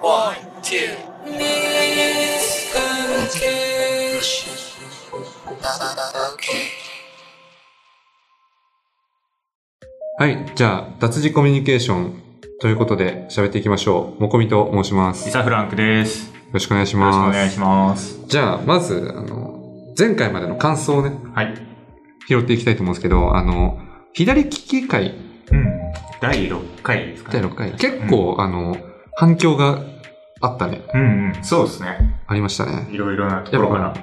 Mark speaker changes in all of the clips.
Speaker 1: One, two. Miss Communication. Okay.
Speaker 2: はい。じゃあ、脱字コミュニケーションということで喋っていきましょう。もこみと申します。
Speaker 3: リ
Speaker 2: よ
Speaker 3: サフランクです。よ
Speaker 2: ろしくお願いし
Speaker 3: ろ
Speaker 2: ま
Speaker 3: しくお
Speaker 2: す。
Speaker 3: 願いします。
Speaker 2: じゃあ、まず、あの、前回までの感想をね、
Speaker 3: はい。
Speaker 2: 拾っていきたいと思うんですけど、あの、左利き会、
Speaker 3: うん。第6回ですか
Speaker 2: 第
Speaker 3: ね。
Speaker 2: 6回、結構、あの、反響があったね。
Speaker 3: うんうん。そうですね。
Speaker 2: ありましたね。
Speaker 3: いろいろなところから。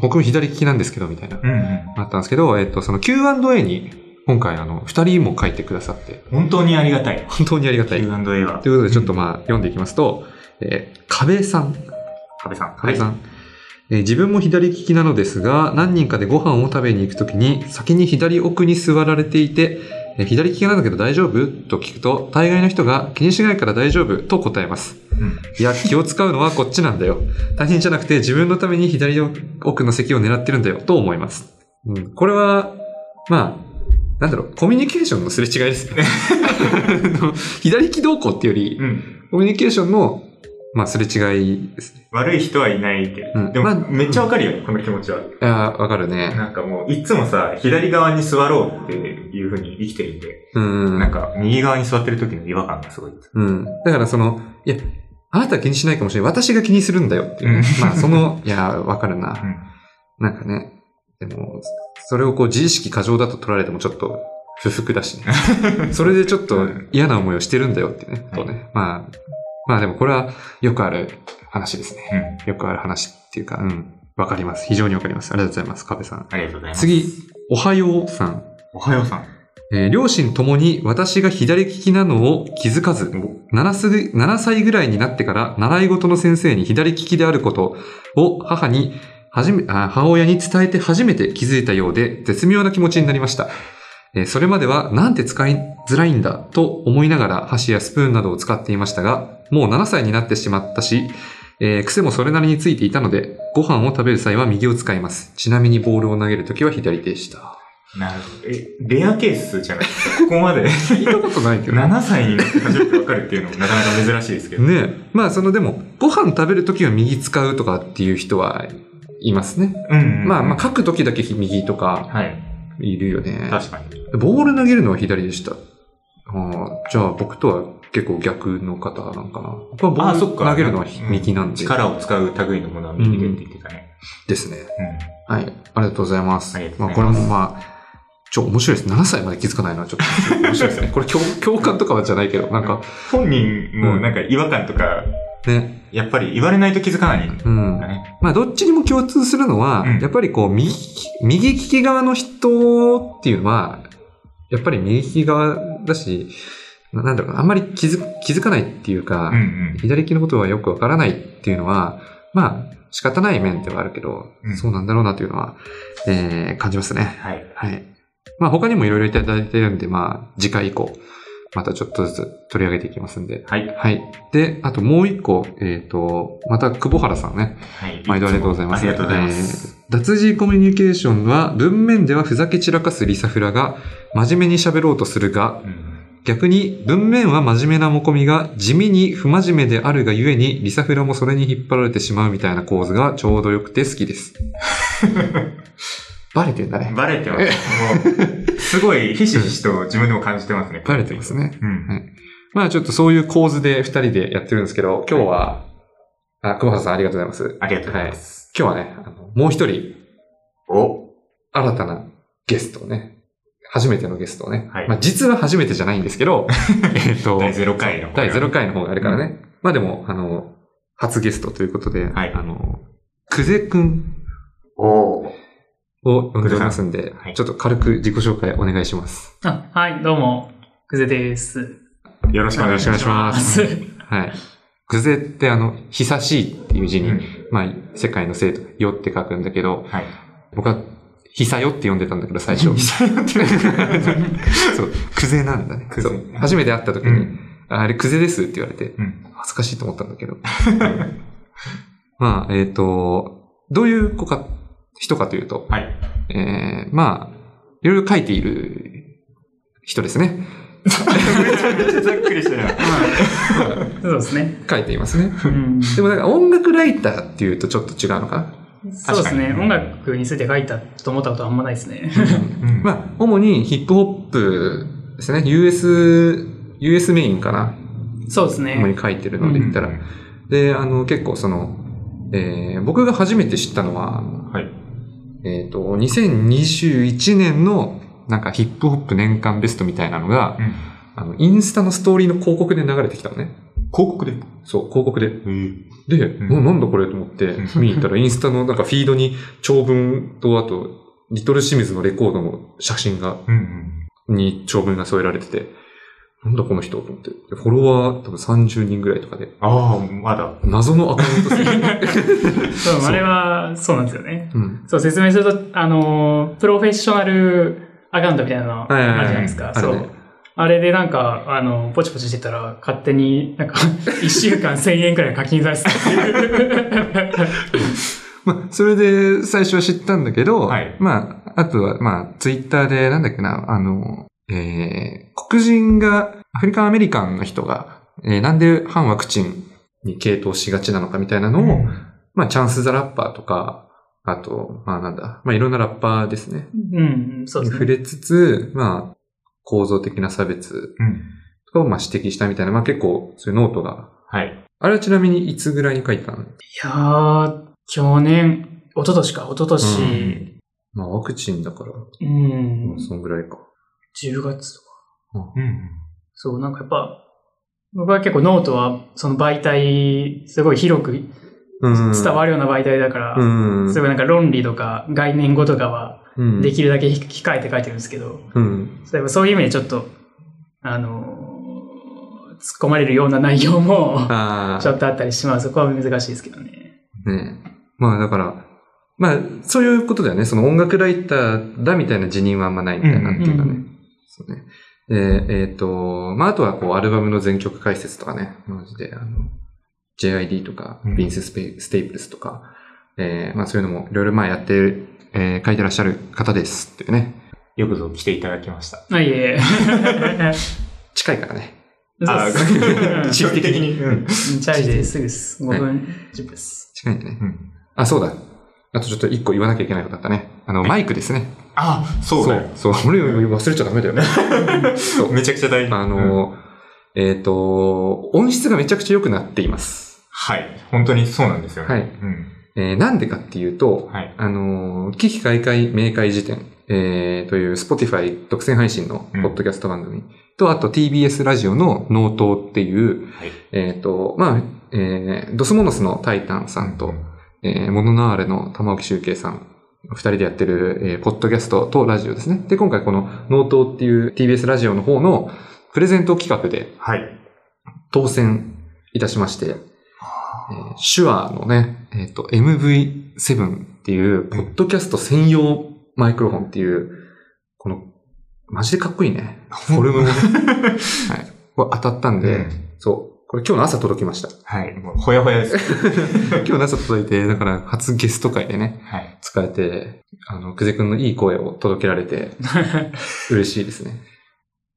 Speaker 2: 僕も左利きなんですけど、みたいな。
Speaker 3: うんうん。
Speaker 2: あったんですけど、えっと、その Q&A に、今回、あの、二人も書いてくださって、
Speaker 3: 本当にありがたい。
Speaker 2: 本当にありがたい。
Speaker 3: Q&A は。
Speaker 2: ということで、ちょっとまあ、読んでいきますと、えー、壁さん。
Speaker 3: 壁さん。
Speaker 2: 壁さん、
Speaker 3: はい。
Speaker 2: えー自分も左利きなのですが何人かでご飯を食べに行くときに先に左奥に座られていて、えー左利きなんだけど大丈夫と聞くと大概の人が気にしないから大丈夫と答えます
Speaker 3: うん
Speaker 2: い や気を使うのはこっちなんだよ他人じゃなくて自分のために左奥の席を狙ってるんだよと思います、うん、これはまあなんだろうコミュニケーションのすれ違いです ねあの左利き同行っていうより
Speaker 3: うん。
Speaker 2: コミュニケーションの、まあ、すれ違いですね
Speaker 3: 悪い人はいないけ
Speaker 2: うん
Speaker 3: ど。で
Speaker 2: まあ
Speaker 3: も、めっちゃわかるよね、この気持ちは。
Speaker 2: いやーわかるね、
Speaker 3: なんかもう、いつもさ、左側に座ろうっていう風に生きてるんで、
Speaker 2: うん。
Speaker 3: なんか、右側に座ってる時の違和感がすごい。
Speaker 2: うん。だからその、いや、あなたは気にしないかもしれない。私が気にするんだよっていうね、
Speaker 3: うん
Speaker 2: まあその、 いや、わかる
Speaker 3: う
Speaker 2: な。
Speaker 3: ん。
Speaker 2: なんかね、でも、それをこう自意識過剰だと取られてもちょっと不服だし ね。それでちょっと嫌な思いをしてるんだよってね、ことね。まあ、まあでもこれはよくある話ですね。
Speaker 3: うん。
Speaker 2: よくある話っていうか、うん。わかります。非常にわかります。ありがとうございます、壁さん。
Speaker 3: ありがとうございます。
Speaker 2: 次、おはようさん。
Speaker 3: おはようさん。
Speaker 2: えー両親ともに私が左利きなのを気づかず、7, すぐ7歳ぐらいになってから習い事の先生に左利きであることを母に初めあ母親に伝えて初めて気づいたようで絶妙な気持ちになりました。えーそれまではなんて使いづらいんだと思いながら箸やスプーンなどを使っていましたが、もう7歳になってしまったし、えー癖もそれなりについていたので、ご飯を食べる際は右を使います。ちなみにボールを投げるときは左手でした。
Speaker 3: なるほど。え、レアケースじゃないですか。ここまで。
Speaker 2: 聞いたことないけど
Speaker 3: 7歳になって初めてわかるっていうのもなかなか珍しいですけど。
Speaker 2: ねえまあそのでもご飯食べるときは右使うとかっていう人はいますね、
Speaker 3: うんうん、
Speaker 2: まあまあ書くときだけ右とか
Speaker 3: はい。
Speaker 2: いるよね
Speaker 3: 確かに。
Speaker 2: ボール投げるのは左でしたああじゃあ僕とは結構逆の方なんかな僕はボ
Speaker 3: ああ、
Speaker 2: ー
Speaker 3: そっ
Speaker 2: ル
Speaker 3: か。
Speaker 2: 投げるのは
Speaker 3: う
Speaker 2: 右なんで、
Speaker 3: 力を使う類のものは右でって言ってたね。
Speaker 2: ですね
Speaker 3: うん。
Speaker 2: はいありがとうございます
Speaker 3: ありがと
Speaker 2: ま
Speaker 3: う
Speaker 2: あ
Speaker 3: ご
Speaker 2: こ
Speaker 3: ざい
Speaker 2: れ
Speaker 3: ま
Speaker 2: も
Speaker 3: す
Speaker 2: まあちょ面白いです7歳まで気づかないのはちょっと面白いですねこれ 共共感とかはじゃないけどなんか
Speaker 3: 本人もなんか違和感とか、
Speaker 2: ね
Speaker 3: やっぱり言われないと気づかないんだ
Speaker 2: うん
Speaker 3: ね。
Speaker 2: まあ、どっちにも共通するのは、
Speaker 3: うん
Speaker 2: やっぱりこう、右利き、右利き側の人っていうのは、やっぱり右利き側だし、ななんだろうな、あんまり気づ気づかないっていうか、
Speaker 3: うんうん。
Speaker 2: 左利きのことはよくわからないっていうのは、まあ、仕方ない面ではあるけど、
Speaker 3: うん
Speaker 2: そうなんだろうなというのは、えー感じますね。
Speaker 3: はい。
Speaker 2: はい。まあ、他にもいろいろいただいてるんで、まあ、次回以降、またちょっとずつ取り上げていきますんで。
Speaker 3: はい。
Speaker 2: はい。で、あともう一個、えっ、と、また、久保原さんね。
Speaker 3: はい。
Speaker 2: 毎度ありがとうございます。
Speaker 3: ありがとうございます。
Speaker 2: えー脱字コミュニケーションは文面ではふざけ散らかすリサフラが真面目に喋ろうとするが、
Speaker 3: うん
Speaker 2: 逆に文面は真面目なモコミが地味に不真面目であるがゆえにリサフラもそれに引っ張られてしまうみたいな構図がちょうどよくて好きです。バレてんだね。
Speaker 3: バレてます。もう、すごい、ひしひしと自分でも感じてますね。
Speaker 2: バレてますね。
Speaker 3: うん。
Speaker 2: まあちょっとそういう構図で二人でやってるんですけど、今日は、あ、久保原さんありがとうございます。
Speaker 3: ありがとうございます。
Speaker 2: 今日はね、あのもう一人
Speaker 3: お
Speaker 2: 新たなゲストをね、初めてのゲストをね、
Speaker 3: はい
Speaker 2: まあ実は初めてじゃないんですけ ど、えっと、
Speaker 3: 第0回の。
Speaker 2: 第0回の方があるからね、まあでも、あの、初ゲストということで、
Speaker 3: はい
Speaker 2: あの、くぜくん
Speaker 3: おー
Speaker 2: を呼んでおりますんで、
Speaker 3: はい
Speaker 2: ちょっと軽く自己紹介お願いします。
Speaker 4: あ、はい、どうも、くぜです。
Speaker 3: よろしくお願いし
Speaker 2: よろ
Speaker 3: ま
Speaker 2: しくお願いしま
Speaker 4: あ
Speaker 2: す。
Speaker 4: す。
Speaker 2: はい。くぜってあの、久しいっていう字に、
Speaker 3: す。
Speaker 2: まあ、世界の生徒、よって書くんだけど、
Speaker 3: はい。
Speaker 2: 僕は、久よって呼んでたんだけど、最初。そう、クゼなんだね。
Speaker 3: クゼ
Speaker 2: そう。初めて会った時に、
Speaker 3: うん
Speaker 2: ああれ、クゼですって言われて、
Speaker 3: うん。
Speaker 2: 恥ずかしいと思ったんだけど。まあ、えっ、と、どういう子か、人かというと、
Speaker 3: はい。
Speaker 2: えーまあ、いろいろ書いている人ですね。
Speaker 3: めちゃめちゃざっくりしてる。
Speaker 4: そうですね。
Speaker 2: 書いていますね。
Speaker 4: うん、
Speaker 2: でもなんか音楽ライターっていうとちょっと違うのか
Speaker 4: そうですね。
Speaker 3: 確かに
Speaker 4: 音楽について書いたと思ったことはあんまないですね。
Speaker 3: うん
Speaker 2: な。まあ、主にヒップホップですね。US、US メインかな。
Speaker 4: そうですね
Speaker 2: 主。に書いてるので言ったら。で、あの、結構その、えー僕が初めて知ったのは、あの
Speaker 3: はい。
Speaker 2: えっ、と、2021年のなんかヒップホップ年間ベストみたいなのが、
Speaker 3: うん
Speaker 2: あの、インスタのストーリーの広告で流れてきたのね。
Speaker 3: 広告で。
Speaker 2: そう、広告で。
Speaker 3: うん
Speaker 2: で、
Speaker 3: ん
Speaker 2: ななんだこれと思って
Speaker 3: う
Speaker 2: 見に行ったら、インスタのなんかフィードに長文と、あと、リトル清水のレコードの写真が、
Speaker 3: うん。
Speaker 2: に長文が添えられてて、なんだこの人と思って。でフォロワー多分30人ぐらいとかで、
Speaker 3: ああ、まだ。
Speaker 2: 謎のアカウントす ぎる
Speaker 4: そう、あれはそうなんですよね。
Speaker 2: うん。
Speaker 4: そう、説明すると、あのー、プロフェッショナルアカウントみたいなのあるじゃないですか。
Speaker 2: あ
Speaker 4: そ
Speaker 2: る
Speaker 4: う
Speaker 2: ね。。
Speaker 4: あれでなんか、あの、ポチポチしてたら、勝手に なんか、1週間1000円くらい課金されてたっていう。
Speaker 2: まあ、それで最初は知ったんだけど、
Speaker 3: はい
Speaker 2: まあ、あとは、まあ、ツイッターで、なんだっけな、あの、えー、黒人が、アフリカンアメリカンの人が、えー、なんで反ワクチンに傾倒しがちなのかみたいなのを、まあ、チャンスザラッパーとか、あと、まあなんだ、まあいろんなラッパーですね。
Speaker 4: うん、そう
Speaker 2: に
Speaker 4: です
Speaker 2: 触
Speaker 4: ね。
Speaker 2: れつつ、まあ、構造的な差別
Speaker 3: うん。
Speaker 2: とかをまあ指摘したみたいな、まあ結構そういうノートが。
Speaker 3: はい。
Speaker 2: あれはちなみにいつぐらいに書いたの
Speaker 4: いやー、去年、一昨年か、一昨年、
Speaker 2: まあワクチンだから、
Speaker 4: うん、
Speaker 2: そのぐらいか。
Speaker 4: 10月とか。
Speaker 3: うん。
Speaker 4: そう、なんかやっぱ、僕は結構ノートは、その媒体、すごい広く
Speaker 2: うん
Speaker 4: 伝わるような媒体だから、
Speaker 2: うん。
Speaker 4: すごいなんか論理とか概念語とかは、
Speaker 2: うん
Speaker 4: できるだけ控えて書いてるんですけど、
Speaker 2: うん。
Speaker 4: 例えばそういう意味でちょっと、あのー突っ込まれるような内容も、
Speaker 2: あ
Speaker 4: ちょ
Speaker 2: あ
Speaker 4: っ、とあったりします。そこは難しいですけどね。
Speaker 2: ねまあだから、まあそういうことだよね。その音楽ライターだみたいな辞任はあんまないみたいな、
Speaker 3: うん
Speaker 2: なんていうかね。そうね。えーえーと、まあ、あとは、こう、アルバムの全曲解説とかね、マジで、あの、JID とか、
Speaker 3: うん
Speaker 2: ビンセスペ・ステープルスとか、えーまあ、そういうのも、いろいろまあやってる、えー書いてらっしゃる方ですっていうね。
Speaker 3: よくぞ来ていただきました。
Speaker 4: あ、いえいえ。
Speaker 2: 近いからね。
Speaker 4: そうっす
Speaker 3: 地域的に。うん。
Speaker 4: チャリですぐです。5
Speaker 2: は
Speaker 4: 分、10分です。
Speaker 2: 近いんだね。あ、そうだ。あとちょっと一個言わなきゃいけないことあったね。あの、マイクですね。
Speaker 3: あ、そうだよ。
Speaker 2: そう。そう俺忘れちゃダメだよ ね。そう。
Speaker 3: めちゃくちゃ大事。
Speaker 2: あの、えっ、と、音質がめちゃくちゃ良くなっています。
Speaker 3: はい。本当にそうなんですよね。
Speaker 2: はい
Speaker 3: うん。
Speaker 2: えーなんでかっていうと、
Speaker 3: はい。
Speaker 2: あの、危機開会明快辞典、えーという Spotify 独占配信のポッドキャスト番組と、あと TBS ラジオの納刀っていう、
Speaker 3: はい。
Speaker 2: えっ、と、まあ、えードスモノスのタイタンさんと、えーモノナーレの玉置周慶さん、二人でやってる、えーポッドキャストとラジオですね。で、今回この納刀っていう TBS ラジオの方のプレゼント企画で
Speaker 3: はい。
Speaker 2: 当選いたしまして、えー手話のね、えっ、と、MV7 っていう、ポッドキャスト専用マイクロフォンっていう、この、マジでかっこいいね。フォル ムもね。はい。これ当たったんで、
Speaker 3: うん
Speaker 2: そう。これ今日の朝届きました。
Speaker 3: はい。もう、ほやほやです。
Speaker 2: 今日の朝届いて、だから初ゲスト会でね、
Speaker 3: はい。
Speaker 2: 使えて、あの、久世くんのいい声を届けられ て、嬉しいですね。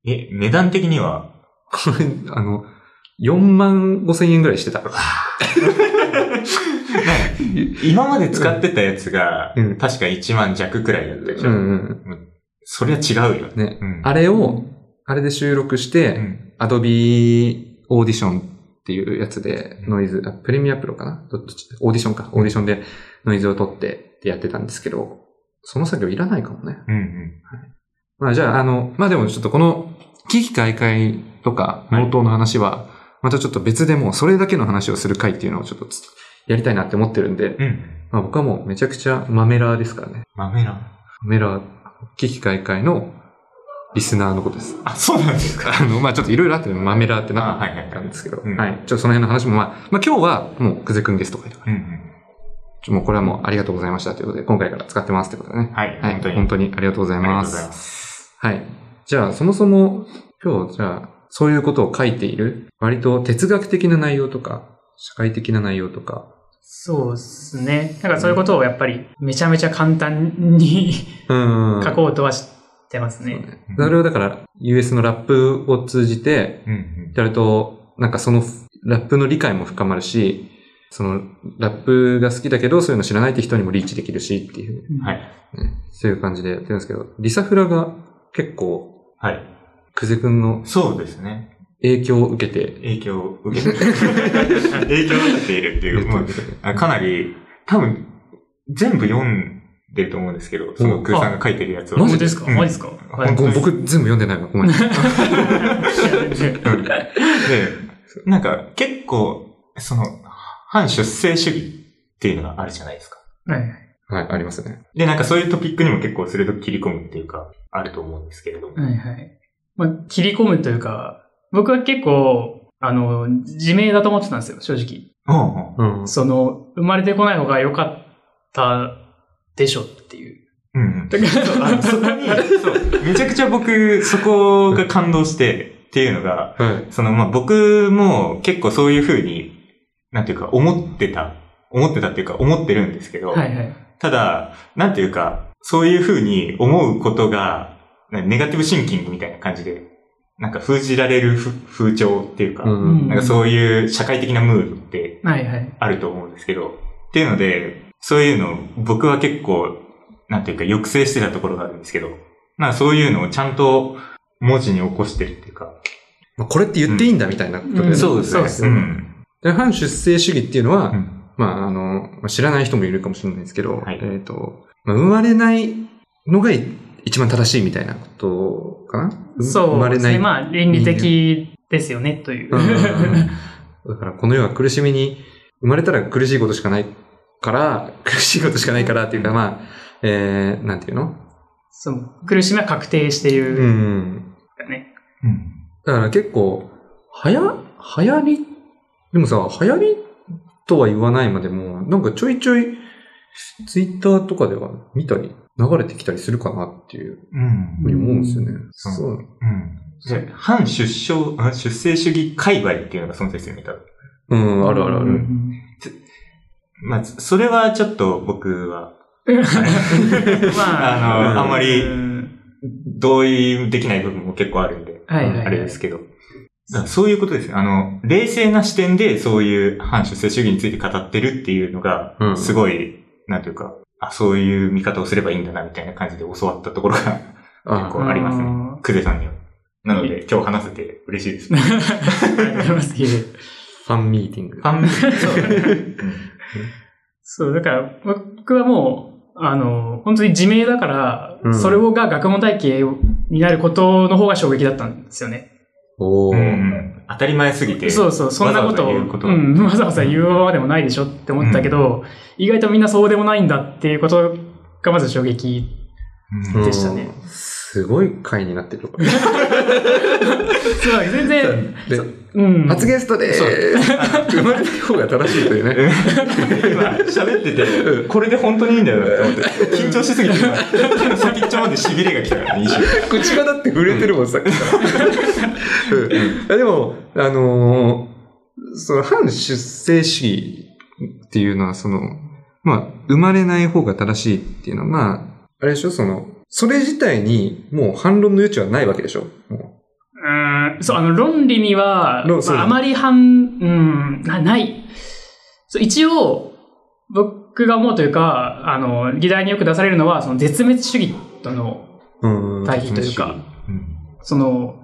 Speaker 3: え、値段的には、
Speaker 2: これ、あの、4万5千円ぐらいしてた。
Speaker 3: 今まで使ってたやつが、
Speaker 2: うん
Speaker 3: 確か1万弱くらいだったでし
Speaker 2: う
Speaker 3: ょ。
Speaker 2: んうん。
Speaker 3: そりゃ違うよ。
Speaker 2: ね。
Speaker 3: うん
Speaker 2: あれを、あれで収録して、
Speaker 3: うん。
Speaker 2: Adobe Audition っていうやつでノイズ、あ、プレミアプロかなどっちオーディションか。オーディションでノイズを取ってってやってたんですけど、その作業いらないかもね。
Speaker 3: うんうん。
Speaker 2: まあじゃあ、あの、まあでもちょっとこの、危機開会とか、
Speaker 3: はい
Speaker 2: 納刀の話は、またちょっと別でもうそれだけの話をする回っていうのをちょっとつやりたいなって思ってるんで、
Speaker 3: うん。
Speaker 2: まあ僕はもうめちゃくちゃマメラーですからね。
Speaker 3: 豆な。
Speaker 2: マメラー、危機開会のリスナーのことです。
Speaker 3: あ、そうなんですか。
Speaker 2: あの、まあちょっといろいろあって、マメラーってなか
Speaker 3: あはいはいはい
Speaker 2: ったんですけど、
Speaker 3: うん
Speaker 2: はい。ちょっとその辺の話も、まあ、まあ今日はもう、くぜくんゲスト会だから、
Speaker 3: うんうん。
Speaker 2: ちょもうこれはもうありがとうございましたということで、今回から使ってますってことでね。
Speaker 3: はい。
Speaker 2: はい。
Speaker 3: 本当に。
Speaker 2: 本当にありがとうござい
Speaker 3: ありが
Speaker 2: ま
Speaker 3: とう
Speaker 2: す。
Speaker 3: ございます。
Speaker 2: はい。じゃあ、そもそも、今日、じゃあ、そういうことを書いている、割と哲学的な内容とか、社会的な内容とか、
Speaker 4: そうですね。なんかそういうことをやっぱりめちゃめちゃ簡単に
Speaker 2: うん。
Speaker 4: 書こうとはし出ますね。
Speaker 2: それをだから、US のラップを通じて、
Speaker 3: うんうん。
Speaker 2: やると、なんかその、ラップの理解も深まるし、その、ラップが好きだけど、そういうの知らないって人にもリーチできるし、っていう、
Speaker 3: はい。
Speaker 2: ね、そういう感じでやってるんですけど、リサフラが結構、
Speaker 3: はい。
Speaker 2: 久世くんの
Speaker 3: そうですね。
Speaker 2: 影響を受けて、
Speaker 3: 影響を受 けて影響を受けているっていう、もうあかなり、多分、全部読んでると思うんですけど、その空さんが書いてるやつを。
Speaker 2: マ
Speaker 4: マ
Speaker 2: ジ
Speaker 4: ジ
Speaker 2: で
Speaker 4: ですか
Speaker 3: うん
Speaker 4: マジですか
Speaker 3: あ
Speaker 4: はい
Speaker 3: 本当に
Speaker 2: 僕全部読んでないわ、ごめん。
Speaker 3: うんで、なんか結構、その、反出生主義っていうのがあるじゃないですか。
Speaker 4: はい
Speaker 2: はい、ありますね。
Speaker 3: で、なんかそういうトピックにも結構それと切り込むっていうか、あると思うんですけれども。
Speaker 4: はいはい。まあ、切り込むというか、僕は結構、あの、自明だと思ってたんですよ、正直。
Speaker 3: うん
Speaker 2: うん。
Speaker 4: その、生まれてこない方が良かったでしょっていう。
Speaker 3: うん。うん。
Speaker 4: だから、
Speaker 3: そう あのそこに、そう、めちゃくちゃ僕、そこが感動して、っていうのが、
Speaker 2: はい。
Speaker 3: その、まあ、僕も結構そういうふうに、なんていうか、思ってた。思ってたっていうか、思ってるんですけど、
Speaker 4: はいはい。
Speaker 3: ただ、なんていうか、そういうふうに思うことが、なネガティブシンキングみたいな感じで、なんか封じられるふ風潮っていうか、
Speaker 2: うん。
Speaker 3: なんかそういう社会的なムードって
Speaker 4: はいはい。
Speaker 3: あると思うんですけど、っていうので、そういうの、僕は結構、なんていうか、抑制してたところがあるんですけど、なんかそういうのをちゃんと文字に起こしてるっていうか、
Speaker 2: まあこれって言っていいんだみたいなことだよね
Speaker 4: うんそうですねそうですね
Speaker 3: うん
Speaker 2: で反出生主義っていうのは、
Speaker 3: うん
Speaker 2: まあ、あの、まあ知らない人もいるかもしれないですけど、
Speaker 3: はい
Speaker 2: えっ、と、まあ、生まれないのがい一番正しいみたいなことかな生
Speaker 4: そ
Speaker 2: ま
Speaker 4: う
Speaker 2: れ
Speaker 4: です
Speaker 2: ない。
Speaker 4: ね。まあ、倫理的ですよね、という。
Speaker 2: うんうんうん
Speaker 4: は
Speaker 2: だから、この世は苦しみに、生まれたら苦しいことしかないから、苦しいことしかないからっていうか、まあ、えー、なんていうの
Speaker 4: その苦しみは確定していうる
Speaker 2: ん。
Speaker 4: からね。
Speaker 3: うん
Speaker 2: だから結構、はや、流行り、でもさ、流行りとは言わないまでも、なんかちょいちょい、ツイッターとかでは見たり、流れてきたりするかなっていう
Speaker 3: うん
Speaker 2: ふうに思うんですよね。そう。
Speaker 3: うんじゃあ反出生、あ出生主義界隈っていうのが存在するみたいな。
Speaker 2: うん、あるあるあ
Speaker 4: う
Speaker 2: る。
Speaker 4: ん
Speaker 3: まあ、それはちょっと僕 は、
Speaker 4: まあ、
Speaker 3: あ
Speaker 2: うん
Speaker 3: の、あんま
Speaker 4: う
Speaker 3: り
Speaker 4: ん
Speaker 3: 同意できない部分も結構あるんで、
Speaker 4: はいはいはい
Speaker 3: あれですけど。だからそういうことですね。あの、冷静な視点でそういう反出生主義について語ってるっていうのが
Speaker 2: う、ん
Speaker 3: すごい、なんていうか、あ、そういう見方をすればいいんだな、みたいな感じで教わったところが、 結構ありますね
Speaker 4: あー。
Speaker 3: 久世さんには。なので、今日話せて嬉しい です。フ
Speaker 4: ありがとうございます。いえいえ
Speaker 2: ファンミーティング。
Speaker 3: ァン、そう。
Speaker 4: そう、だから僕はもう、あの、本当に自明だから、
Speaker 2: うん
Speaker 4: それをが学問体系になることの方が衝撃だったんですよね。
Speaker 2: お
Speaker 3: う
Speaker 2: ー。
Speaker 3: んうん当たり前すぎて。
Speaker 4: そうそう、そんなこと
Speaker 3: わ
Speaker 4: を、
Speaker 3: ざわざ言うこと
Speaker 4: う
Speaker 3: は
Speaker 4: ん、わざわざ言うままでもないでしょって思ったけど、意外とみんなそうでもないんだっていうことがまず衝撃。
Speaker 3: うん
Speaker 4: でしたね
Speaker 2: うん。すごい回になってるとか。
Speaker 4: そう、全然、
Speaker 2: で、
Speaker 4: うん。
Speaker 2: 初ゲストでーす。 生まれた方が正しいというね。
Speaker 3: 今、喋って
Speaker 2: う
Speaker 3: て、これで本当にいいんだよなって思って、緊張しすぎて、今手の先っちょまで痺れが来たからね、一瞬。
Speaker 2: 口がだって震えてるもん、さっきから。うんいやでも、あのーその反出生主義っていうのは、その、まあ、生まれない方が正しいっていうのは、まあ、あれでしょ、その、それ自体にもう反論の余地はないわけでしょ。も
Speaker 4: うんそう、あの、論理には、
Speaker 2: 論
Speaker 4: まあ
Speaker 2: そうだ
Speaker 4: あまり反、うん、なない。そう一応、僕が思うというか、あの、議題によく出されるのは、その絶滅主義との
Speaker 2: ううん。
Speaker 4: 対比というか、
Speaker 3: うん
Speaker 4: その、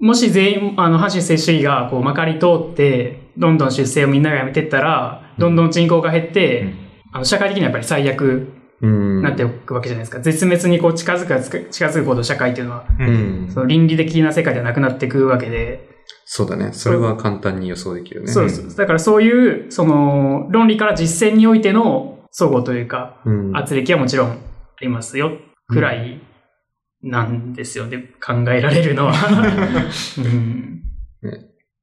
Speaker 4: もし全員、あの、反出生主義が、こう、まかり通って、どんどん出生をみんながやめてったら、どんどん人口が減って、
Speaker 3: うん
Speaker 4: あの社会的にはやっぱり最悪
Speaker 2: うん。
Speaker 4: になっていくわけじゃないですか。絶滅にこう近づく、近づくほど社会というのは、
Speaker 3: う
Speaker 2: うんん
Speaker 4: そ。の倫理的な世界ではなくなっていくわけで、
Speaker 2: そうだね。それは簡単に予想できるね。
Speaker 4: そうで。す。だからそういう、その、論理から実践においての相互というか、
Speaker 2: うん。
Speaker 4: 圧力はもちろんありますよ、くらいなんですよね、考えられるのは。 うん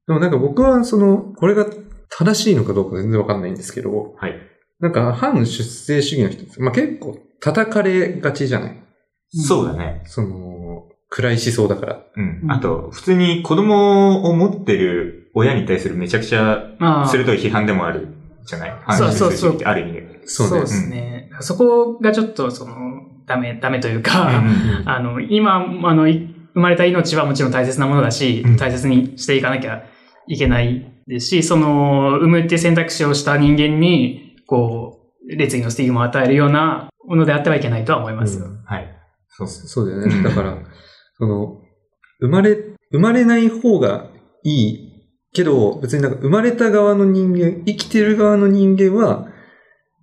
Speaker 2: でもなんか僕はその、これが正しいのかどうか全然わかんないんですけど、
Speaker 3: はい。
Speaker 2: なんか反出生主義の人って、まあ、結構叩かれがちじゃない
Speaker 3: そうだね。
Speaker 2: その、暗い思想だから。
Speaker 3: うん。あと、普通に子供を持ってる親に対するめちゃくちゃ
Speaker 4: まあ、
Speaker 3: 鋭い批判でもあるじゃない
Speaker 4: そうそ
Speaker 3: 反出
Speaker 4: うそう
Speaker 3: 生主義ってある意味で。
Speaker 2: そう
Speaker 4: そう
Speaker 2: ね
Speaker 4: ですね。そこがちょっと、その、ダメ、ダメというか、
Speaker 3: うん
Speaker 4: あの、今、あの、い生まれた命はもちろん大切なものだし
Speaker 3: うん、
Speaker 4: 大切にしていかなきゃいけないですし、その、産むっていう選択肢をした人間に、こう、列位のスティグマを与えるようなものであってはいけないとは思いますよ。
Speaker 3: はい。そうっす
Speaker 2: そうだよね。
Speaker 3: うん
Speaker 2: だから、 その、生まれ、生まれない方がいいけど、別になんか生まれた側の人間、生きてる側の人間は、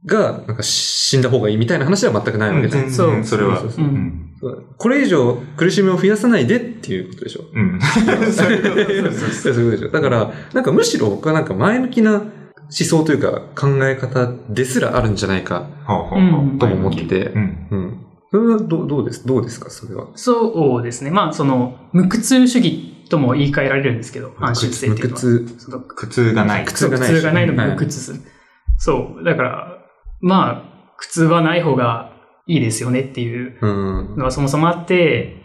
Speaker 2: が、なんか死んだ方がいいみたいな話は全くないわけ
Speaker 3: 全
Speaker 2: じゃん。
Speaker 3: 然、
Speaker 4: そ
Speaker 3: そうれは。
Speaker 2: そう
Speaker 3: う
Speaker 2: そう
Speaker 4: そううん
Speaker 3: ん。
Speaker 2: これ以上苦しみを増やさないでっていうことでしょ。
Speaker 3: うん。
Speaker 2: そ
Speaker 3: そうう
Speaker 2: い
Speaker 3: いうう
Speaker 2: こと
Speaker 3: ことそう
Speaker 2: そういうことでしょ。だから、なんかむしろ僕はなんか前向きな思想というか考え方ですらあるんじゃないか
Speaker 3: ほうほうほ
Speaker 4: うん
Speaker 3: う。
Speaker 2: とも思ってて。
Speaker 3: うん。
Speaker 2: うん。それはどうどうですどうですかそれは。
Speaker 4: そうですね。まあ、その、無苦痛主義とも言い換えられるんですけど、安心性っ
Speaker 2: 無
Speaker 4: ていうのは。
Speaker 2: 屈。
Speaker 4: その
Speaker 3: 苦痛がない。
Speaker 2: 苦
Speaker 4: 苦
Speaker 2: 痛が
Speaker 4: 痛
Speaker 2: な
Speaker 4: がないい。
Speaker 2: し
Speaker 4: の
Speaker 2: はい
Speaker 4: も苦痛する。そう。だから、まあ、苦痛はない方がいいですよねっていう
Speaker 2: うん。
Speaker 4: のはそもそもあって、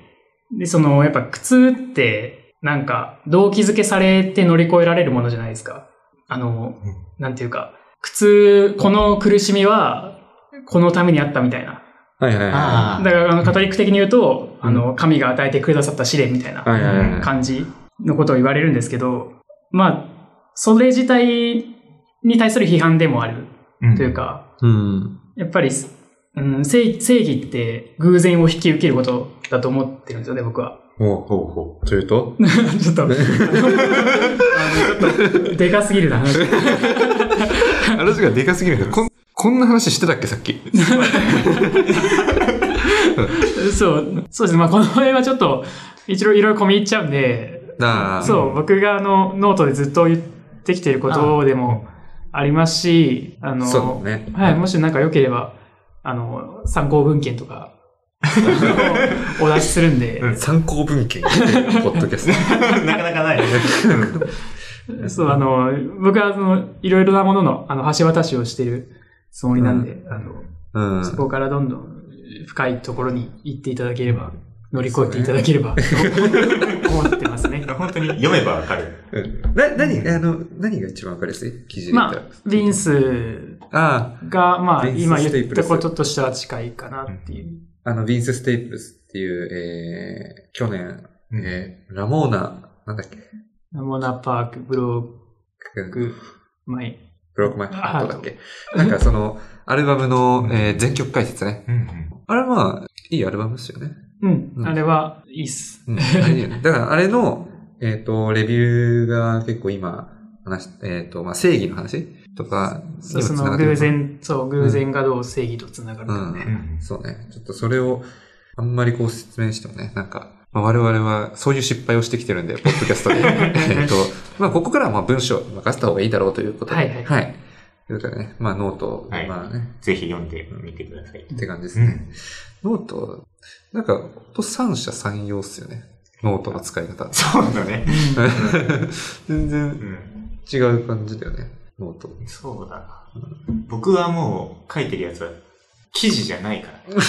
Speaker 4: で、その、やっぱ苦痛って、なんか、動機づけされて乗り越えられるものじゃないですか。あの
Speaker 3: うん、
Speaker 4: なんていうか、苦痛、この苦しみは、このためにあったみたいな。
Speaker 2: はいはいはい。
Speaker 3: あ
Speaker 4: だから、あの、カトリック的に言うと、
Speaker 2: うん
Speaker 4: あの、神が与えてくださった試練みたいな。
Speaker 2: はいはいはい。
Speaker 4: 感じのことを言われるんですけど、まあ、それ自体に対する批判でもある
Speaker 3: うん
Speaker 4: という。か、
Speaker 2: うん。
Speaker 4: やっぱり、うん、正正義って偶然を引き受けることだと思ってるんですよね、僕は。
Speaker 2: おう
Speaker 3: ほうほ
Speaker 2: というと
Speaker 4: ちょっと、あのちょっと、でかすぎるな 話。
Speaker 2: 話がでかすぎるんだこんこんな話してたっけさっき。
Speaker 4: そう、そうですね。まあ、この辺はちょっと、一応いろいろ込み入っちゃうんで、
Speaker 2: ああ。
Speaker 4: そう、僕があの、ノートでずっと言ってきてることでもありますし、あの、
Speaker 2: そうだね。
Speaker 4: はい、もしなんか良ければ、あの、参考文献 とか、あのお出しするんで、
Speaker 2: 参考文献、ポッドキャスト。
Speaker 3: う。 なかなかない。
Speaker 4: そう、あの、僕は、その、いろいろなものの、あの、橋渡しをしているつもりなんで、あの、
Speaker 2: うん。
Speaker 4: そこからどんどん深いところに行っていただければ、乗り越えていただければ、と思ってますね。
Speaker 3: 本当に読めばわかる。
Speaker 2: うんな、何、あの、何が一番わかりやすい記事で言った
Speaker 4: ま
Speaker 2: ら
Speaker 4: あ。、ビンス
Speaker 2: あ
Speaker 4: が、まあ、
Speaker 2: ビンス
Speaker 4: 今
Speaker 2: ステ
Speaker 4: 言
Speaker 2: イ
Speaker 4: っ
Speaker 2: プレ
Speaker 4: た
Speaker 2: ス
Speaker 4: こととしては近いかなっていう。
Speaker 2: あ、あの、ビンス・ステイプルスっていう、えー、去年、
Speaker 3: うん
Speaker 2: えー、ラモーナ、なんだっけ、
Speaker 4: モナパーク、ブロー
Speaker 2: ブ
Speaker 4: ク、マイ。
Speaker 2: ロックマイハートだっけなんかその、アルバムの、えー、全曲解説ね。
Speaker 3: うんうん。
Speaker 2: あれはまあ、いいアルバムですよね。
Speaker 4: うん
Speaker 2: う、ん
Speaker 4: あれは、いいっす。
Speaker 2: うん、あれいいよねだからあれの、えっ、と、レビューが結構今、話し、えっ、と、まあ、正義の話とかにも
Speaker 4: そう
Speaker 2: つ
Speaker 4: そ
Speaker 2: なが
Speaker 4: の
Speaker 2: ってる
Speaker 4: 偶然、そう、偶然がどう正義とつながるか
Speaker 2: う
Speaker 4: ね。
Speaker 3: ん
Speaker 2: そうね。ちょっとそれを、あんまりこう説明してもね、なんか、まあ、我々はそういう失敗をしてきてるんで、ポッドキャスト で。えっと、まあ、ここからはまあ文章を任せた方がいいだろうということで。
Speaker 4: はいはい
Speaker 2: はい。ということでね、まあ、ノート、
Speaker 3: はい
Speaker 2: まあね、
Speaker 3: ぜひ読んでみてください。
Speaker 2: って感じです
Speaker 3: う
Speaker 2: ね。
Speaker 3: ん。
Speaker 2: ノート、なんか、ほんと三者三様っすよね。ノートの使い 方。
Speaker 3: そうだね。
Speaker 2: 全
Speaker 3: う
Speaker 2: 然
Speaker 3: ん。
Speaker 2: 違う感じだよね、ノート。
Speaker 3: そうだな。僕はもう書いてるやつは記事じゃない から。あれは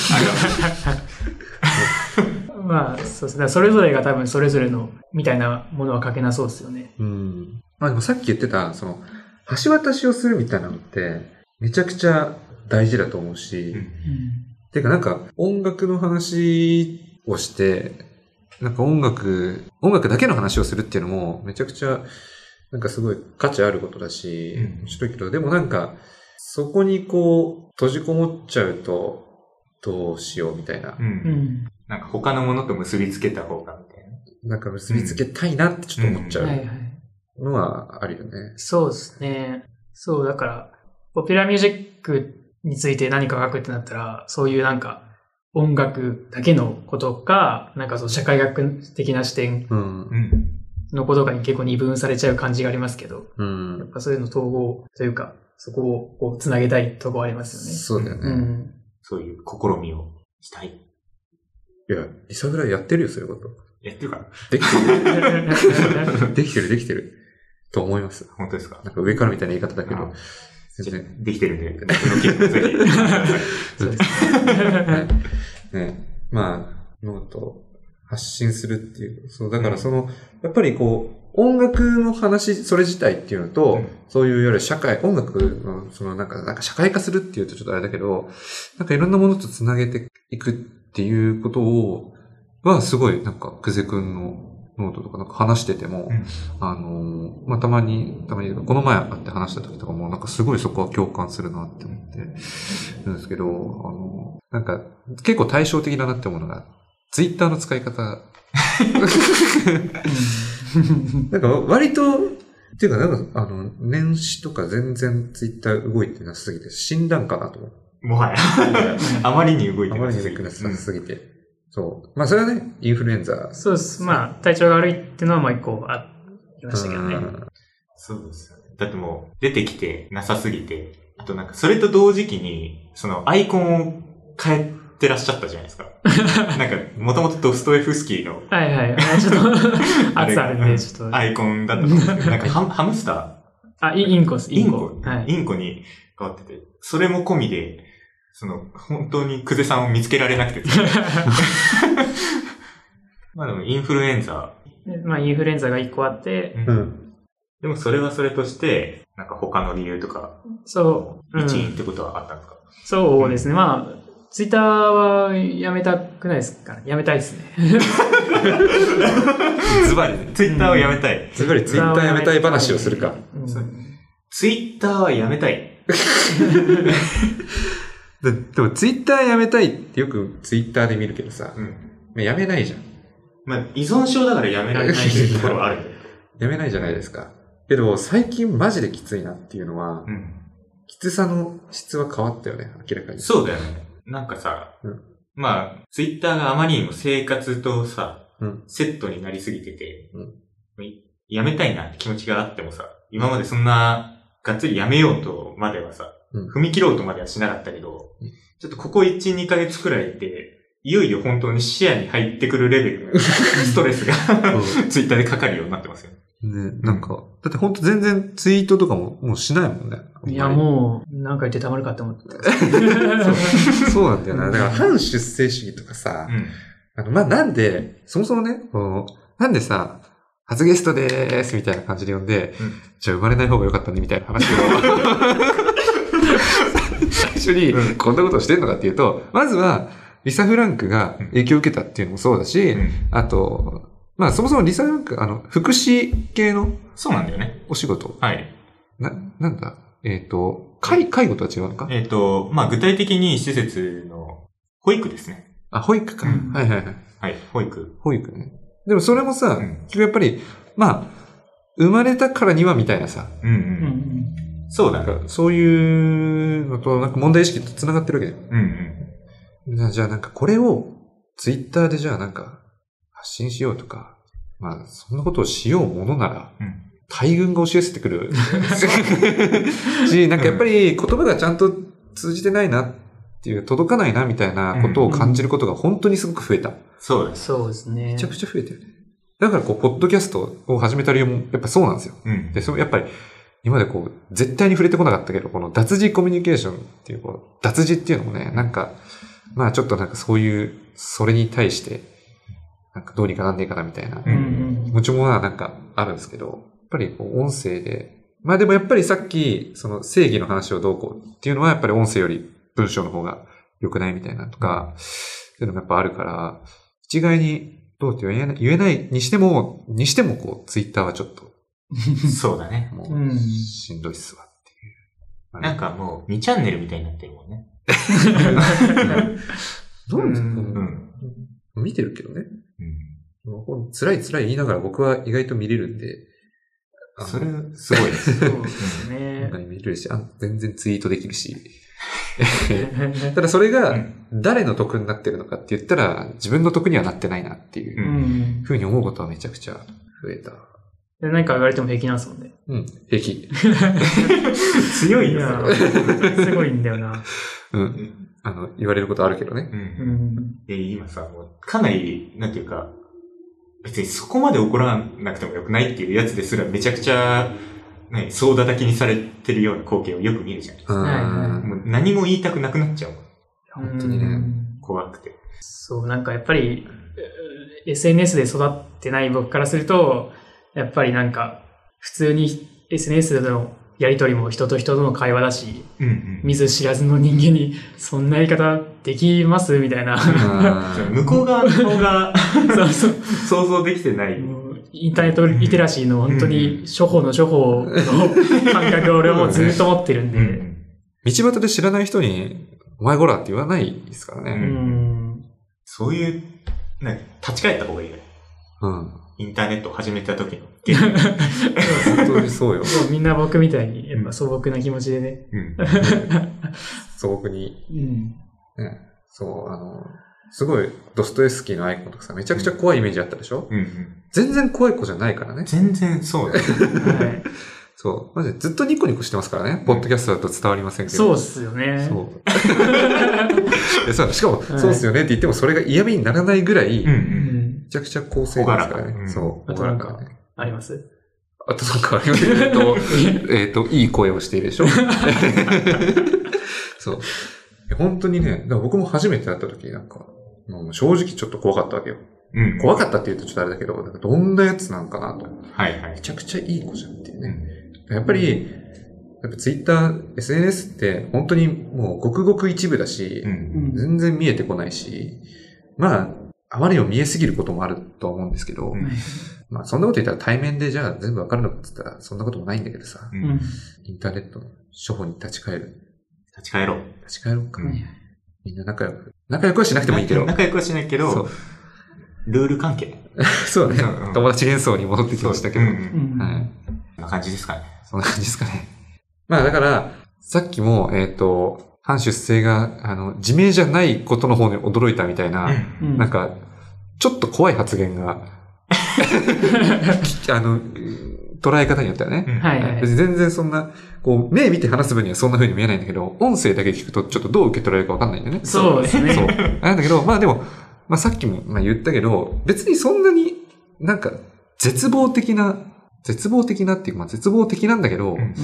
Speaker 4: まあ、そうですね。それぞれが多分それぞれの、みたいなものは書けなそうですよね。
Speaker 2: うん。まあでもさっき言ってた、その、橋渡しをするみたいなのって、めちゃくちゃ大事だと思うし、てかなんか音楽の話をして、なんか音楽、音楽だけの話をするっていうのもめちゃくちゃなんかすごい価値あることだし、
Speaker 3: うん
Speaker 2: 面白いけど、でもなんかそこにこう閉じこもっちゃうとどうしようみたいな
Speaker 3: う、。
Speaker 4: うん。うんん。
Speaker 3: なんか他のものと結びつけた方がみたい
Speaker 2: な
Speaker 3: な。
Speaker 2: んか結びつけたいなってちょっと思っちゃ
Speaker 4: はいうはい。
Speaker 2: のはあるよね。
Speaker 4: そうですね。そう、だから、ポピュラーミュージックについて何か書くってなったら、そういうなんか、音楽だけのことか、なんかその社会学的な視点
Speaker 2: うん。
Speaker 3: ん。
Speaker 4: のことかに結構二分されちゃう感じがありますけど、
Speaker 2: うん
Speaker 4: やっ。ぱそういうの統合というか、そこをこう繋げたいとこあります
Speaker 2: そうだよ
Speaker 4: よね。
Speaker 2: ね。
Speaker 4: うん。
Speaker 3: そういう試みをしたい。
Speaker 2: いや、リサぐらいやってるよ、そういうこと。
Speaker 3: やってるから。
Speaker 2: できてる。
Speaker 4: は
Speaker 2: できてる、できてる。と思います。
Speaker 3: 本当ですか
Speaker 2: なんか上からみたいな言い方だけど
Speaker 3: あ、
Speaker 2: 全然。
Speaker 3: できてるんで、僕の記事もぜひ。
Speaker 4: そうで
Speaker 2: はいね、まあ、ノートを発信するっていう。そう、だからその、やっぱりこう、音楽の話、それ自体っていうのと、
Speaker 3: うん
Speaker 2: そういうより社会、音楽の、そのなんか、なんか社会化するっていうとちょっとあれだけど、なんかいろんなものとつなげていくっていうことを、はすごい、なんか、久世くんのノートとかなんか話してても、
Speaker 3: うん
Speaker 2: あのー、まあ、たまに、たまに、この前会って話した時とかも、なんかすごいそこは共感するなって思ってるんですけど、あのー、なんか、結構対照的だなって思うのが、ツイッターの使い方。なんか割と、っていうか、なんか、あの、年始とか全然ツイッター動いてなさすぎて、診断かなと思って。
Speaker 3: もはや、あまりに動い
Speaker 2: あ
Speaker 3: て
Speaker 2: ま
Speaker 3: な
Speaker 2: りに
Speaker 3: さすぎ
Speaker 2: 動いて
Speaker 3: る
Speaker 2: なさすぎて。そう。まあそれはね、インフルエンザ。
Speaker 4: そうです。まあ、体調が悪いっていうのはもう一個ありましたけどね。
Speaker 2: うん
Speaker 3: そうですよね。だってもう、出てきてなさすぎて、あとなんか、それと同時期に、そのアイコンを変えてらっしゃったじゃないで すか。なんか、もともとドストエフスキーの
Speaker 4: はいはい。 ちょっ と、
Speaker 3: れ
Speaker 4: 熱あるんで、ちょっと。
Speaker 3: アイコンだったと思うんですけど、なんかハムハムスター
Speaker 4: あ、イインコです。
Speaker 3: イ
Speaker 4: イ
Speaker 3: ン
Speaker 4: ン
Speaker 3: コ
Speaker 4: コ。、はい。
Speaker 3: インコに変わってて、それも込みで、その、本当にクゼさんを見つけられなくて。まあでも、インフルエンザ。
Speaker 4: でまあ、インフルエンザが一個あって、
Speaker 2: うん。
Speaker 3: でも、それはそれとして、なんか他の理由とか、
Speaker 4: そう、うん
Speaker 3: 一因ってことはあったんですか、
Speaker 4: そうですね。まあ、ツイッターはやめたくないですから、やめたいですね。
Speaker 3: ズバリ、ツイッターをやめたい。
Speaker 2: つま りツイッターやめたい話をするか。
Speaker 4: うん。
Speaker 3: そうツイッターはやめたい。
Speaker 2: ででもツイッターやめたいってよくツイッターで見るけどさ、
Speaker 3: うん。
Speaker 2: やめないじゃん。
Speaker 3: まあ、依存症だからやめられないっていうところはある。
Speaker 2: やめないじゃないですか。けど最近マジできついなっていうのは、
Speaker 3: うん。
Speaker 2: きつさの質は変わったよね、明らかに。
Speaker 3: そうだよね。なんかさ、
Speaker 2: うん
Speaker 3: まあ、ツイッターがあまりにも生活とさ、
Speaker 2: うん
Speaker 3: セットになりすぎてて、
Speaker 2: うん
Speaker 3: やめたいなって気持ちがあってもさ、今までそんな、がっつりやめようとまではさ、
Speaker 2: うん
Speaker 3: 踏み切ろうとまではしなかったけど、
Speaker 2: うん
Speaker 3: ちょっとここ1、2ヶ月くらいで、いよいよ本当に視野に入ってくるレベ ルのストレスが、
Speaker 2: う
Speaker 3: ツイッターでかかるようになってますよ。
Speaker 2: ね、なんか、だってほんと全然ツイートとかももうしないもんね。
Speaker 4: いや、
Speaker 2: う。
Speaker 4: もう、なんか言ってたまるかって思ってた。
Speaker 2: そうなんだよな。だから反出生主義とかさ、
Speaker 3: うん。
Speaker 2: あの、まあ、なんで、そもそもね、このなんでさ、初ゲストでーすみたいな感じで呼んで、
Speaker 3: うん
Speaker 2: じゃあ生まれない方が良かったねみたいな話を。最初に
Speaker 3: う、ん
Speaker 2: こんなことをしてんのかっていうと、まずは、リサ・フランクが影響を受けたっていうのもそうだし、
Speaker 3: うん
Speaker 2: あと、まあ、そもそもリサ・フランク、あの、福祉系の
Speaker 3: そうなんだよね。
Speaker 2: お仕事、
Speaker 3: はい。
Speaker 2: な、なんだ、えっ、と、介、介護とは違うのか
Speaker 3: えっ、と、まあ、具体的に施設の保育ですね。
Speaker 2: あ、保育か。
Speaker 4: うん
Speaker 2: はいはいはい。
Speaker 3: はい、保育。
Speaker 2: 保育ね。でもそれもさ、
Speaker 3: うん
Speaker 2: 結局やっぱり、まあ、生まれたからにはみたいなさ、
Speaker 3: うんう。
Speaker 4: うんん
Speaker 3: そうだ
Speaker 2: な
Speaker 3: ね。
Speaker 2: んかそういうのと、なんか問題意識と繋がってるわけ
Speaker 3: うんうん。
Speaker 2: じゃん。じゃあなんかこれを、ツイッターでじゃあなんか、発信しようとか、まあ、そんなことをしようものなら、
Speaker 3: うん
Speaker 2: 大群が押し寄せてく る。し、なんかやっぱり言葉がちゃんと通じてないなっていう、届かないなみたいなことを感じることが本当にすごく増えた。
Speaker 3: そう
Speaker 4: うん
Speaker 3: です。
Speaker 4: そうですね。
Speaker 2: めちゃくちゃ増えたよね。だからこう、ポッドキャストを始めた理由も、やっぱそうなんですよ。
Speaker 3: うん
Speaker 2: で、。そのやっぱり、今までこう、絶対に触れてこなかったけど、この脱字コミュニケーションっていう、こう、脱字っていうのもね、なんか、まあちょっとなんかそういう、それに対して、なんかどうにかなんねえかなみたいな
Speaker 4: うん
Speaker 2: 気
Speaker 4: うん
Speaker 2: 持ちもなんかあるんですけど、やっぱりこう、音声で、まあでもやっぱりさっき、その正義の話をどうこうっていうのは、やっぱり音声より文章の方が良くないみたいなとか、っていうのがやっぱあるから、一概にどうって言えない言えないにしても、にしてもこう、ツイッターはちょっと、
Speaker 3: そうだね。
Speaker 2: も
Speaker 4: う
Speaker 2: う、
Speaker 4: ん
Speaker 2: しんどいっすわっていう。まあ
Speaker 3: なん、かもう、2チャンネルみたいになってるもんね。
Speaker 2: どうですか、
Speaker 3: うん。
Speaker 2: 見てるけどね。
Speaker 3: うん
Speaker 2: もうこの辛い辛い言いながら僕は意外と見れるんで、あの
Speaker 3: それ、すごいです。
Speaker 4: そうです
Speaker 2: なん
Speaker 4: ね。
Speaker 2: か。見れるし、あ、全然ツイートできるし。ただそれ
Speaker 3: う
Speaker 2: が
Speaker 3: ん
Speaker 2: 誰の得になってるのかって言ったら自分の得にはなってないなっていうううんふうに思うことはめちゃくちゃ増えた。
Speaker 4: で何か言われても平気なんですもんね。
Speaker 2: うん、平気。
Speaker 3: 強い
Speaker 4: い
Speaker 3: よ。
Speaker 4: やー、すごいんだよな。
Speaker 2: う、
Speaker 3: うんん
Speaker 2: あの、言われることあるけどね。
Speaker 4: う
Speaker 3: うん
Speaker 4: ん。
Speaker 3: で今さ、もう、かなり、なんていうか、別にそこまで怒らなくてもよくないっていうやつですら、めちゃくちゃ、ね、総叩きにされてるような光景をよく見るじゃないです
Speaker 2: う
Speaker 3: か。
Speaker 4: はいはい
Speaker 2: ん。
Speaker 3: もう何も言いたくなくなっちゃうもん。
Speaker 2: 本当に
Speaker 4: う
Speaker 2: ね。
Speaker 4: ん
Speaker 3: 怖くて。
Speaker 4: そう、なんかやっぱり、えー SNS で育ってない僕からすると、やっぱりなんか、普通に SNS でのやりとりも人と人との会話だし、
Speaker 3: うんうん。
Speaker 4: 見ず知らずの人間に、 そんなやり方できますみたいな。
Speaker 3: その向こう側の顔が
Speaker 4: そうそう。
Speaker 3: 想像できてない。
Speaker 4: もうインターネットリテラシーの本当に初歩の初歩の 感覚を俺はもうずっと持ってるん
Speaker 3: う
Speaker 4: で。
Speaker 3: ん。
Speaker 2: 道端で知らない人に、お前こらって言わないですから
Speaker 4: う
Speaker 2: ね。
Speaker 4: ん。
Speaker 3: そういう、なんか立ち返った方がいいよね。
Speaker 2: うん。
Speaker 3: インターネットを始めた時の原因。
Speaker 2: 本当に そうよ。
Speaker 4: もうみんな僕みたいに、やっぱ素朴な気持ちでね。
Speaker 3: うん。
Speaker 2: 素朴に。
Speaker 4: うん。
Speaker 2: ね。そう、あの、すごい、ドストエフスキーのアイコンとかさ、めちゃくちゃ怖いイメージあったでしょ
Speaker 3: うんうん。
Speaker 2: 全然怖い子じゃないからね。
Speaker 3: 全然そうだね。
Speaker 4: は
Speaker 2: そう。マジでずっとニコニコしてますからね。ポッドキャストだと伝わりません
Speaker 4: い。
Speaker 2: けど。
Speaker 4: そうっすよね。
Speaker 2: そう。えそう しかも、そうっすよねって言っても、それが嫌味にならないぐらい、
Speaker 3: うんう。
Speaker 2: め
Speaker 4: うんん。
Speaker 2: ちゃくちゃ高性能ですから
Speaker 3: 小柄
Speaker 2: ね。
Speaker 3: うん
Speaker 2: そう。
Speaker 4: あとなんか
Speaker 2: 小柄ね
Speaker 4: あります
Speaker 2: あとなんかありますえっ と、 えっと、いい声をしているでしょ そう。本当にね、だから僕も初めて会った時なんか、もう正直ちょっと怖かったわけよ。
Speaker 3: うん。
Speaker 2: 怖かったって言うとちょっとあれだけど、なんかどんなやつなんかなと。
Speaker 3: はいは
Speaker 2: め
Speaker 3: い。
Speaker 2: ちゃくちゃいい子じゃんっていう
Speaker 3: う
Speaker 2: ね。
Speaker 3: ん
Speaker 2: やっぱり、やっぱツイッター、SNS って本当にもうごくごく一部だし、
Speaker 3: うん。
Speaker 2: 全然見えてこないし、まあ、あまりにも見えすぎることもあるとは思うんですけど、
Speaker 3: うん
Speaker 2: まあそんなこと言ったら対面でじゃあ全部わかるのかって言ったらそんなこともないんだけどさ、
Speaker 3: う
Speaker 4: うんん。
Speaker 2: インターネットの処方に立ち返る。
Speaker 3: 立ち返ろう。
Speaker 2: 立ち返ろうか。
Speaker 3: うん
Speaker 2: みんな仲良く。仲良くはしなくてもいいけど。
Speaker 3: 仲良くはしないけ
Speaker 2: そ
Speaker 3: ど
Speaker 2: う、
Speaker 3: ルール関係。
Speaker 2: そうね
Speaker 3: うんうん。
Speaker 2: 友達幻想に戻ってきましたけど。
Speaker 3: う
Speaker 2: は
Speaker 3: ん
Speaker 2: い。
Speaker 4: うん。
Speaker 3: こんな感じですかね。
Speaker 2: そんな感じですかね。 まあだから、さっきも、えっ、と、反出生が、あの、自明じゃないことの方に驚いたみたいな、
Speaker 4: うん
Speaker 2: なんか、ちょっと怖い発言 が、きあの、捉え方によってはね。
Speaker 3: うん
Speaker 4: はいはい
Speaker 2: 別に全然そんな、こう、目見て話す分にはそんな風に見えないんだけど、音声だけ聞くとちょっとどう受け取られるかわかんないんだよね。
Speaker 4: そうですね。
Speaker 2: そう。 なんだけど、まあでも、まあさっきもまあ言ったけど、別にそんなになんか絶望的な、絶望的なっていうか、まあ絶望的なんだけど、
Speaker 3: うん
Speaker 4: うん。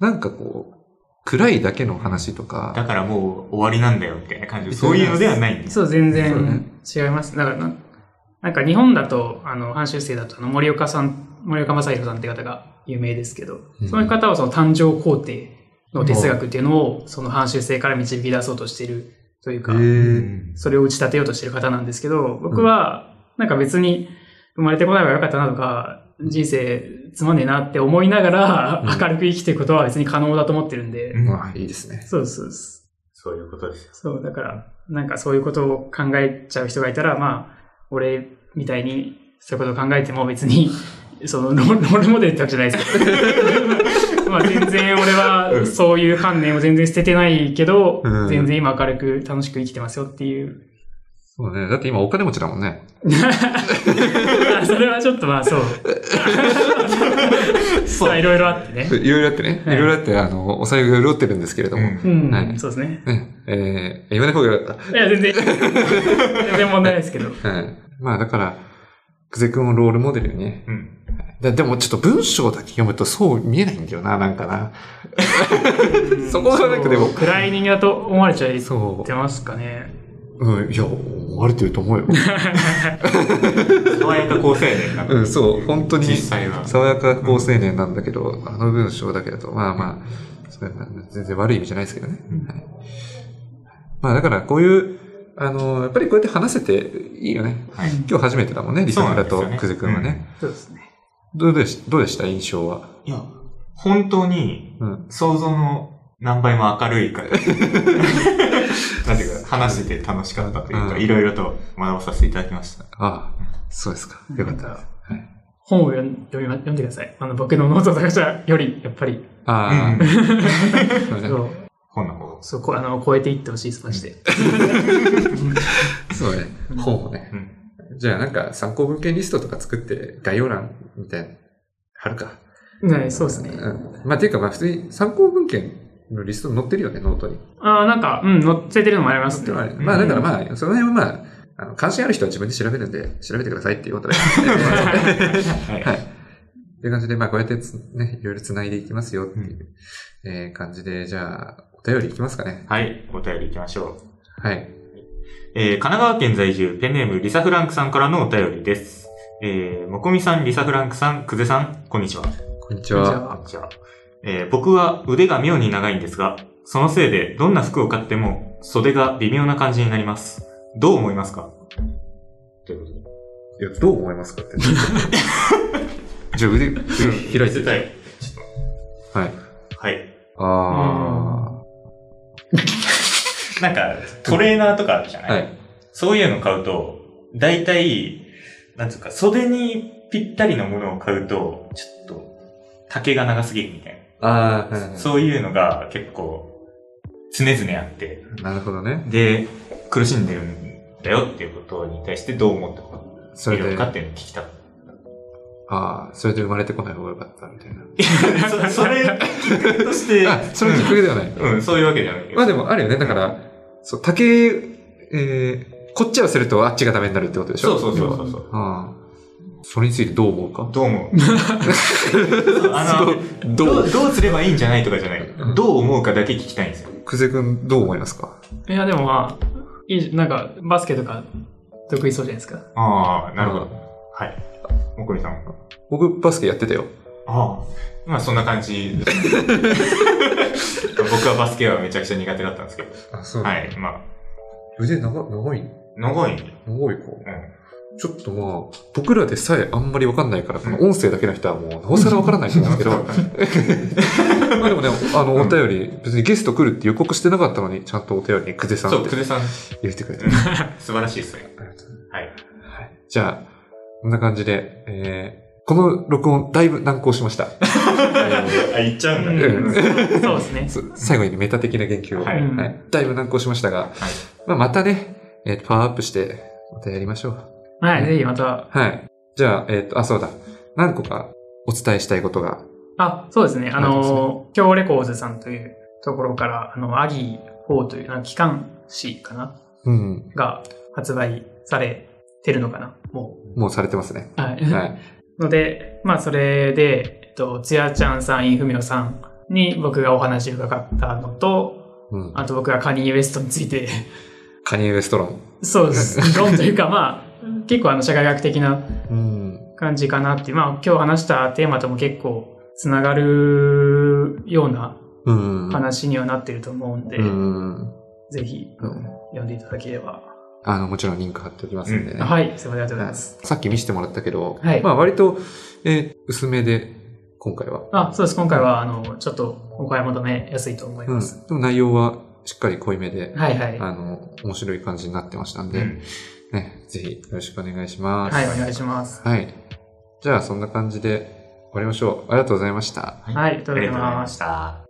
Speaker 2: なんかこう、暗いだけの話と
Speaker 3: だ
Speaker 2: か、
Speaker 3: からもう終わりなんだよ、みたいな感じ。そういうのではないんです。
Speaker 4: そう、全然
Speaker 2: そうね
Speaker 4: 違います。だからな、なんか日本だと、あの、半修正だと、あの、森岡さん、森岡正宏さんって方が有名ですけど、
Speaker 2: うん
Speaker 4: その方はその誕生工程の哲学っていうのを、その半修正から導き出そうとしているというか、
Speaker 3: うん
Speaker 4: それを打ち立てようとしてる方なんですけど、僕は、なんか別に生まれてこない方が良かったなとか、人生つまんねえなって思いながら、
Speaker 2: うん
Speaker 4: 明るく生きていくことは別に可能だと思ってるんで、
Speaker 3: うん
Speaker 2: まあいいですね。
Speaker 4: そうそうそう。
Speaker 3: そういうことですよ。
Speaker 4: そう、だから、なんかそういうことを考えちゃう人がいたら、まあ、俺みたいにそういうことを考えても別に、そのロロールモデルってわけじゃないですけど。まあ全然俺
Speaker 3: う
Speaker 4: は
Speaker 3: ん
Speaker 4: そういう観念を全然捨ててないけど、
Speaker 2: うん
Speaker 4: 全然今明るく楽しく生きてますよっていう。
Speaker 2: そうね。だって今お金持ちだもんね。
Speaker 4: まあ それはちょっとまあそう。まあいろいろあってね
Speaker 2: い。ろいろあってね。い
Speaker 4: はい
Speaker 2: ろいろあって、あの、お財布が潤ってるんですけれども。
Speaker 4: う
Speaker 2: は
Speaker 4: ん、
Speaker 2: い
Speaker 4: そうですね。
Speaker 2: ねえー、言わない方がよかっ
Speaker 4: いや、全然、全然問題ないですけど。
Speaker 2: た。はい。まあだから、久世君をロールモデルにね、
Speaker 3: うん。
Speaker 2: だでもちょっと文章だけ読むとそう見えないんだよな、なんかな。 そこがなんかでも
Speaker 4: そう暗い人間だと思われちゃい
Speaker 2: そ
Speaker 4: ってますかね。
Speaker 2: う。うん、いや、思われてると思うよ。
Speaker 3: 爽やか高青年なん だ
Speaker 2: うん、そう、本当に
Speaker 3: 実際は。
Speaker 2: 爽やか高青年なんだけど、あの文章だけだと、まあまあ、それは全然悪い意味じゃないですけどね。はいまあだからこういう、あの、やっぱりこうやって話せていいよね。
Speaker 3: はい
Speaker 2: 今日初めてだもんね、リサ
Speaker 3: そうなん
Speaker 2: だ
Speaker 3: ですよ
Speaker 2: と
Speaker 3: ね
Speaker 2: 久世君はね。
Speaker 4: そうですね。
Speaker 2: どうでしどうでした印象は。
Speaker 3: いや、本当に
Speaker 2: うん。
Speaker 3: 想像の何倍も明るい から。なんていうか、話してて楽しかったという
Speaker 2: う
Speaker 3: か、
Speaker 2: ん
Speaker 3: いろいろと学ばさせていただきました。
Speaker 2: ああ、そうですか。よかったです。
Speaker 4: 本を読ん読みま読んでください。あの、僕のノートを探したより、やっぱり、
Speaker 2: あ
Speaker 3: うんうん
Speaker 2: あ、そうね
Speaker 4: そう、
Speaker 3: 本の方。
Speaker 4: そうこあの、超えていってほしいです、マジで。
Speaker 2: そうね。本をね
Speaker 3: う。ん。
Speaker 2: じゃあなんか参考文献リストとか作って概要欄みたいな、貼るか。
Speaker 4: ね、そうですね。
Speaker 2: うん。まあ、ていうか、まあ、普通に参考文献のリストに載ってるよね、ノートに。
Speaker 4: ああ、なんか、うん、載せてるのもありますね。
Speaker 2: まあまあ、だからまあ、その辺はまあ、あの関心ある人は自分で調べるんで、調べてくださいっていうことで。
Speaker 3: は い
Speaker 2: はい。という感じで、まあ、こうやってつね、いろいろ繋いでいきますよっていう、えー感じで、じゃあ、お便りいきますかね。
Speaker 3: はい、お便り行きましょう。
Speaker 2: はい。
Speaker 3: えー神奈川県在住、ペンネームリサ・フランクさんからのお便りです。えー、もこみさん、リサ・フランクさん、くぜさん、こんにちは。
Speaker 2: こんにち
Speaker 4: こんにち
Speaker 2: は。
Speaker 4: は
Speaker 3: こんにちは。えー僕は腕が妙に長いんですが、そのせいでどんな服を買っても袖が微妙な感じになります。どう思いますかということで。
Speaker 2: いや、どう思いますかって。じゃあ腕、腕開いて。
Speaker 3: 絶対。ちょっ
Speaker 2: はい。
Speaker 3: と。はい。
Speaker 2: あ
Speaker 3: なんか、トレーナーとかあるじゃな
Speaker 2: ー。
Speaker 3: い、
Speaker 2: はい。
Speaker 3: そういうの買うと、大体、なんつうか、袖にぴったりのものを買うと、ちょっと、丈が長すぎるみたい
Speaker 2: あー、はい
Speaker 3: な。
Speaker 2: は
Speaker 3: そういうのが結構、常々あって。
Speaker 2: い。なるほどね。
Speaker 3: で、苦しんでるんだよっていうことに対してどう思ったか、
Speaker 2: それ
Speaker 3: いい
Speaker 2: で
Speaker 3: の、かっていうのを聞きた。
Speaker 2: ああ、それで生まれてこない方が良かったみたいな。
Speaker 3: そそれ、きっかけとして、
Speaker 2: あ、それきっかけではない。
Speaker 3: うん、うんそういうわけじゃないけど。
Speaker 2: まあでもあるよね。だから、そう、竹、えー、こっちをするとあっちがダメになるってことでし
Speaker 3: そ
Speaker 2: ょ
Speaker 3: うそうそう
Speaker 2: 要
Speaker 3: そ
Speaker 2: は
Speaker 3: うそう。
Speaker 2: ああ。それについてどう思うか
Speaker 3: どうも。そう あ の、ど
Speaker 2: ど
Speaker 3: う、
Speaker 2: う
Speaker 3: どうすればいいんじゃないとかじゃない。どう思うかだけ聞きたいんですよ。
Speaker 2: 久世くんどう思いますか
Speaker 4: いや、でもまあ、いい、なんか、バスケとか得意そうじゃないですか。
Speaker 3: ああ、なるほ
Speaker 2: う
Speaker 3: ど
Speaker 2: ん。
Speaker 3: はい。もこみさん。あ
Speaker 2: 僕バスケやってたよ。
Speaker 3: あ。まあそんな感じ。 僕はバスケはめちゃくちゃ苦手だったんですけど。
Speaker 2: あ、そ
Speaker 3: はい。まあ、
Speaker 2: 腕長長い
Speaker 3: 長いんで。
Speaker 2: 長いか。
Speaker 3: う
Speaker 2: ちょっとまあ、僕らでさえあんまりわかんないから、この音声だけの人はもう、なおさらわからないと思うんですけど、まあでもね、あの、
Speaker 3: うん
Speaker 2: お便り、別にゲスト来るって予告してなかったのに、ちゃんとお便りに久世さ
Speaker 3: ん。
Speaker 2: ん
Speaker 3: そう、
Speaker 2: っ
Speaker 3: く
Speaker 2: て
Speaker 3: でさん。
Speaker 2: 言ってくれて
Speaker 3: う。ん素晴らしいですね。はい。
Speaker 2: はい。じゃあ、こんな感じで、えー、この録音、だいぶ難航しました。え
Speaker 3: あ、言っちゃうんだね。
Speaker 2: うん
Speaker 4: うんそうですね
Speaker 2: ー。そう最後にメタ的な言及を、
Speaker 3: は
Speaker 2: はいい
Speaker 4: うん
Speaker 2: だいぶ難航しましたが、まあ、またね、えー、パワーアップして、またやりましょう。
Speaker 4: はい、ぜひまた、
Speaker 2: はい。じゃあ、えっ、と、あ、そうだ。何個かお伝えしたいことが、
Speaker 4: あ、そうですね、あ
Speaker 2: ありま
Speaker 4: の、京レコーズさんというところから、あの、アギ4という、なんか機関誌かな
Speaker 2: うん、
Speaker 4: が発売されてるのかなも
Speaker 2: もうされてます ね。
Speaker 4: う。はい。
Speaker 2: はい。
Speaker 4: ので、まあ、それで、えっと、つやちゃんさん、インフミオさんに僕がお話伺ったのと、
Speaker 2: うん。
Speaker 4: あと僕がカニーウエストについて、
Speaker 2: カニエ・ウエストロン。
Speaker 4: そうです。理論というか、まあ、結構あの、社会学的な
Speaker 2: うん。
Speaker 4: 感じかなって、まあ、今日話したテーマとも結構つながるような
Speaker 2: うん。
Speaker 4: 話にはなってると思うんで、
Speaker 2: うん。
Speaker 4: ぜひ
Speaker 2: うん
Speaker 4: 読んでいただければ。
Speaker 2: あの、もちろんリンク貼っておきますんでね。
Speaker 4: はい、すいません、ありがとうございます。
Speaker 2: さっき見せてもらったけど、
Speaker 4: はい
Speaker 2: まあ割と、えー薄めで、今回は。
Speaker 4: あ、そうです。今回は、あの、ちょっとお買い求めやすいと思いうま
Speaker 2: ん。
Speaker 4: す。
Speaker 2: でも内容はしっかり濃いめで、
Speaker 4: はいはい。は
Speaker 2: あの、面白い感じになってましたん
Speaker 3: う
Speaker 2: で、
Speaker 3: ん
Speaker 2: ね、ぜひよろしくお願いします。
Speaker 4: い、お願いします。
Speaker 2: はい。じゃあそんな感じで終わりましょう。ありがとうございました。
Speaker 4: はい、ありがとうございました
Speaker 3: た。